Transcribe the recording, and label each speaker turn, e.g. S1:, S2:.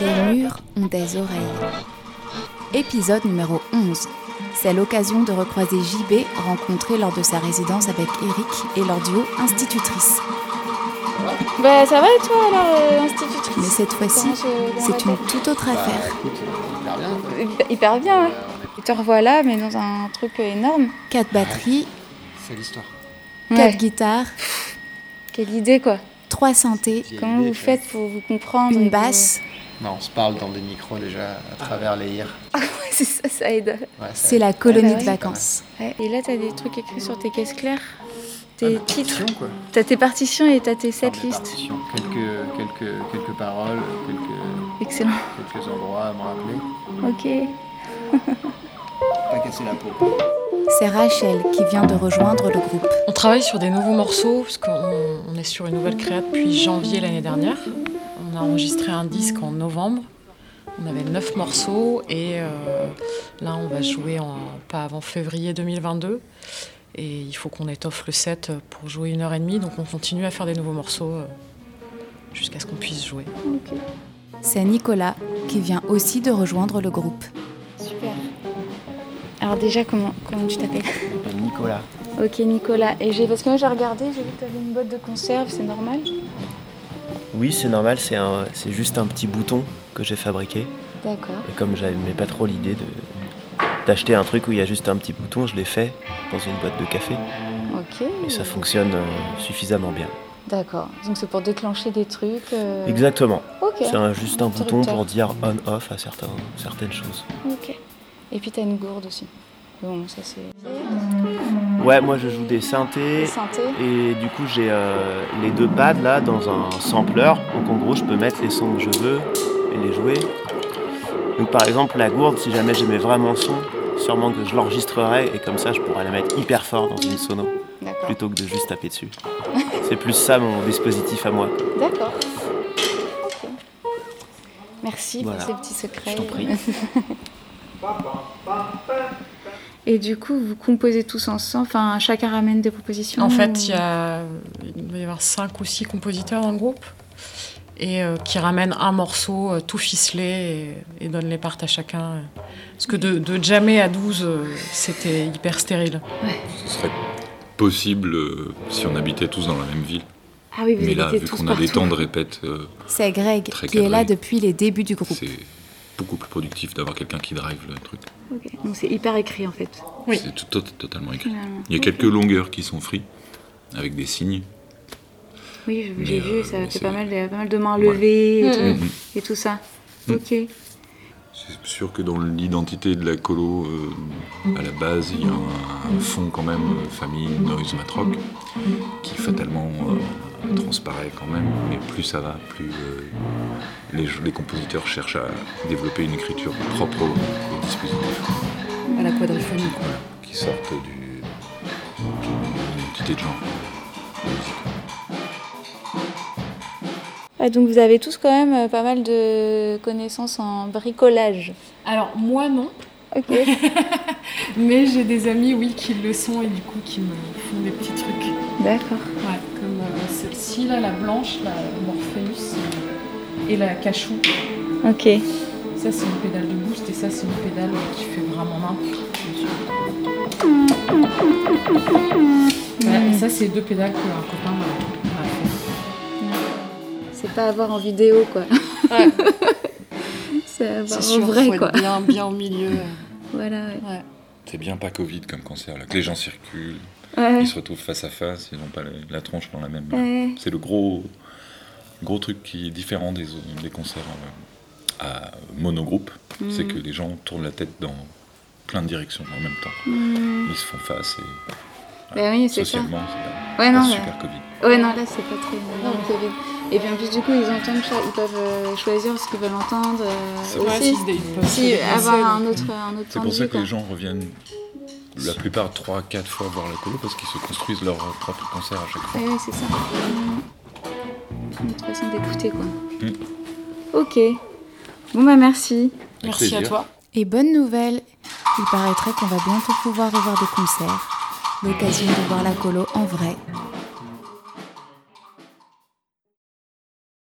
S1: Les murs ont des oreilles. Épisode numéro 11. C'est l'occasion de recroiser JB rencontré lors de sa résidence avec Eric et leur duo institutrice.
S2: Bah ça va et toi alors, euh, institutrice
S1: Mais cette fois-ci,
S2: Comment je- comment
S1: c'est
S2: on
S1: une
S2: l'appelle
S1: toute autre
S3: Bah,
S1: affaire.
S3: écoute, euh, hyper bien. quoi.
S2: Hyper- Hyper bien. hein.
S3: Euh, on est-
S2: Et te revois là, mais dans un truc énorme.
S1: Quatre batteries,
S3: C'est l'histoire.
S1: quatre
S2: Ouais.
S1: guitares,
S2: Quelle idée quoi.
S1: trois synthés,
S3: Vieille
S2: Comment
S3: idée,
S2: vous
S3: tu
S2: faites pour vous comprendre et
S1: une
S2: vous-
S1: basse.
S3: vois. Non, on se parle dans des micros déjà à travers les IR.
S2: Ouais, c'est ça, ça aide.
S3: Ouais, ça-
S1: C'est la colonie
S2: Ah bah
S1: de
S2: oui.
S1: vacances.
S2: Ouais. Et là, t'as des trucs écrits sur tes caisses claires,
S3: Ah,
S2: tes
S3: bah,
S2: titres,
S3: partition, quoi.
S2: t'as tes partitions et t'as tes
S3: Enfin,
S2: set
S3: des
S2: listes.
S3: partitions. Quelques, quelques, quelques paroles, quelques,
S2: Excellent.
S3: quelques endroits à me rappeler.
S2: Ok.
S3: Pas casser la peau.
S1: C'est Rachel qui vient de rejoindre le groupe.
S4: On travaille sur des nouveaux morceaux, parce qu'on on est sur une nouvelle créa depuis janvier l'année dernière. On a enregistré un disque en novembre. On avait neuf morceaux et euh, là on va jouer en, pas avant février 2022. Et il faut qu'on étoffe le set pour jouer une heure et demie, donc on continue à faire des nouveaux morceaux euh, jusqu'à ce qu'on puisse jouer.
S2: Ok.
S1: C'est Nicolas qui vient aussi de rejoindre le groupe.
S2: Super. Alors déjà, comment, comment tu t'appelles
S3: Nicolas.
S2: Ok Nicolas, et j'ai parce que moi j'ai regardé, j'ai vu que t'avais une boîte de conserve, c'est normal
S5: Oui, c'est normal, c'est un- c'est juste un petit bouton que j'ai fabriqué.
S2: D'accord.
S5: Et comme j'aimais pas trop l'idée de- d'acheter un truc où il y a juste un petit bouton, je l'ai fait dans une boîte de café.
S2: Ok.
S5: Et ça fonctionne euh, suffisamment bien.
S2: D'accord. Donc c'est pour déclencher des trucs. euh,
S5: Exactement.
S2: Ok.
S5: C'est un- juste un bouton
S2: Interrupteur.
S5: pour dire on-off à certains, certaines choses.
S2: Ok. Et puis t'as une gourde aussi. Bon, ça c'est.
S5: Ouais, moi je joue des synthés.
S2: Synthé.
S5: Et du coup, j'ai euh, les deux pads là dans un sampler. Donc en gros, je peux mettre les sons que je veux et les jouer. Donc par exemple, la gourde, si jamais j'aimais vraiment le son, sûrement que je l'enregistrerais et comme ça, je pourrais la mettre hyper fort dans une sono
S2: D'accord.
S5: plutôt que de juste taper dessus. C'est plus ça mon dispositif à moi.
S2: D'accord. Ok. Merci
S5: Voilà.
S2: pour ces petits secrets.
S5: Je t'en prie.
S2: Et du coup, vous composez tous ensemble, enfin chacun ramène des propositions.
S4: En
S2: ou-
S4: fait, il, y a, il doit y avoir cinq ou six compositeurs dans le groupe et euh, qui ramènent un morceau euh, tout ficelé et, et donnent les parts à chacun. Parce que de, de jammer à 12, euh, c'était hyper stérile.
S6: Ce serait possible euh, si on habitait tous dans la même ville.
S2: Ah oui, vous
S6: Mais là,
S2: habitez
S6: vu
S2: tous
S6: qu'on a des
S2: partout.
S6: temps de répète, euh,
S1: C'est Greg
S6: Très
S1: qui est là
S6: cadré.
S1: depuis les débuts du groupe.
S6: c'est beaucoup plus productif d'avoir quelqu'un qui drive le truc.
S2: Ok. Donc c'est hyper écrit en fait.
S4: Oui.
S6: C'est tout- tout- totalement écrit.
S2: Finalement.
S6: Il y a quelques longueurs qui sont free, avec des signes.
S2: Oui, je-
S6: Mais,
S2: j'ai
S6: euh,
S2: vu, ça
S6: mais
S2: fait
S6: c'est-
S2: pas mal, il y a pas mal de mains
S6: Ouais.
S2: levées et,
S4: Mm,
S2: tout,
S6: Mhm.
S2: et tout ça.
S6: Mm.
S2: Ok.
S6: C'est sûr que dans l'identité de la colo, euh, à la base, il y a un,
S4: Mm.
S6: un fond quand même, euh, famille, noise, matroc, qui fatalement euh, transparaît quand même. Mais plus ça va, plus euh, les, les compositeurs cherchent à développer une écriture propre au, au dispositif.
S4: À la quadriphonie.
S6: Voilà, qui sortent du, d'une identité de genre. de musique.
S2: Ouais, donc vous avez tous quand même euh, pas mal de connaissances en bricolage.
S4: Alors, moi non,
S2: Ok.
S4: mais j'ai des amis, oui, qui le sont et du coup qui me font des petits trucs.
S2: D'accord.
S4: Ouais, comme euh, celle-ci, là, la blanche, la Morpheus euh, et la Cachou.
S2: Ok.
S4: Ça, c'est une pédale de boost et ça, c'est une pédale euh, qui fait vraiment main. Voilà, et ça, c'est deux pédales que un copain m'a m'a fait.
S2: C'est pas avoir en vidéo quoi.
S4: Ouais.
S2: C'est avoir en vrai quoi.
S4: bien, bien au milieu.
S2: Voilà. ouais.
S6: C'est bien pas Covid comme cancer, là, que les gens circulent,
S2: Ouais.
S6: ils se retrouvent face à face, ils n'ont pas la, la tronche dans la même.
S2: Ouais.
S6: C'est le gros, gros truc qui est différent des, des concerts euh, à monogroupe,
S2: Mm.
S6: c'est que les gens tournent la tête dans plein de directions en même temps.
S2: Mm.
S6: Ils se font face et
S2: Bah oui, c'est ça.
S6: socialement, c'est
S2: Ouais,
S6: pas,
S2: non,
S6: pas
S2: mais-
S6: super Covid.
S2: ouais, non, là c'est pas très non, Covid. Et puis en plus, du coup, ils entendent, ça, ils peuvent euh, choisir ce qu'ils veulent entendre. euh,
S6: C'est
S4: Ouais,
S2: aussi.
S4: si, ils peuvent
S2: Si,
S4: se déplacer,
S2: avoir un
S4: donc,
S2: autre, un autre
S6: C'est
S2: point
S6: pour
S2: de
S6: ça
S2: vue,
S6: que les
S2: quoi.
S6: gens reviennent la plupart 3-4 fois voir la colo parce qu'ils se construisent leur propre concert à chaque fois.
S2: Ouais, ouais, c'est ça. Une autre façon d'écouter, quoi.
S6: Mm.
S2: Ok. Bon, bah, merci.
S4: Merci à toi.
S1: Et bonne nouvelle, il paraîtrait qu'on va bientôt pouvoir revoir des concerts. L'occasion de voir la colo en vrai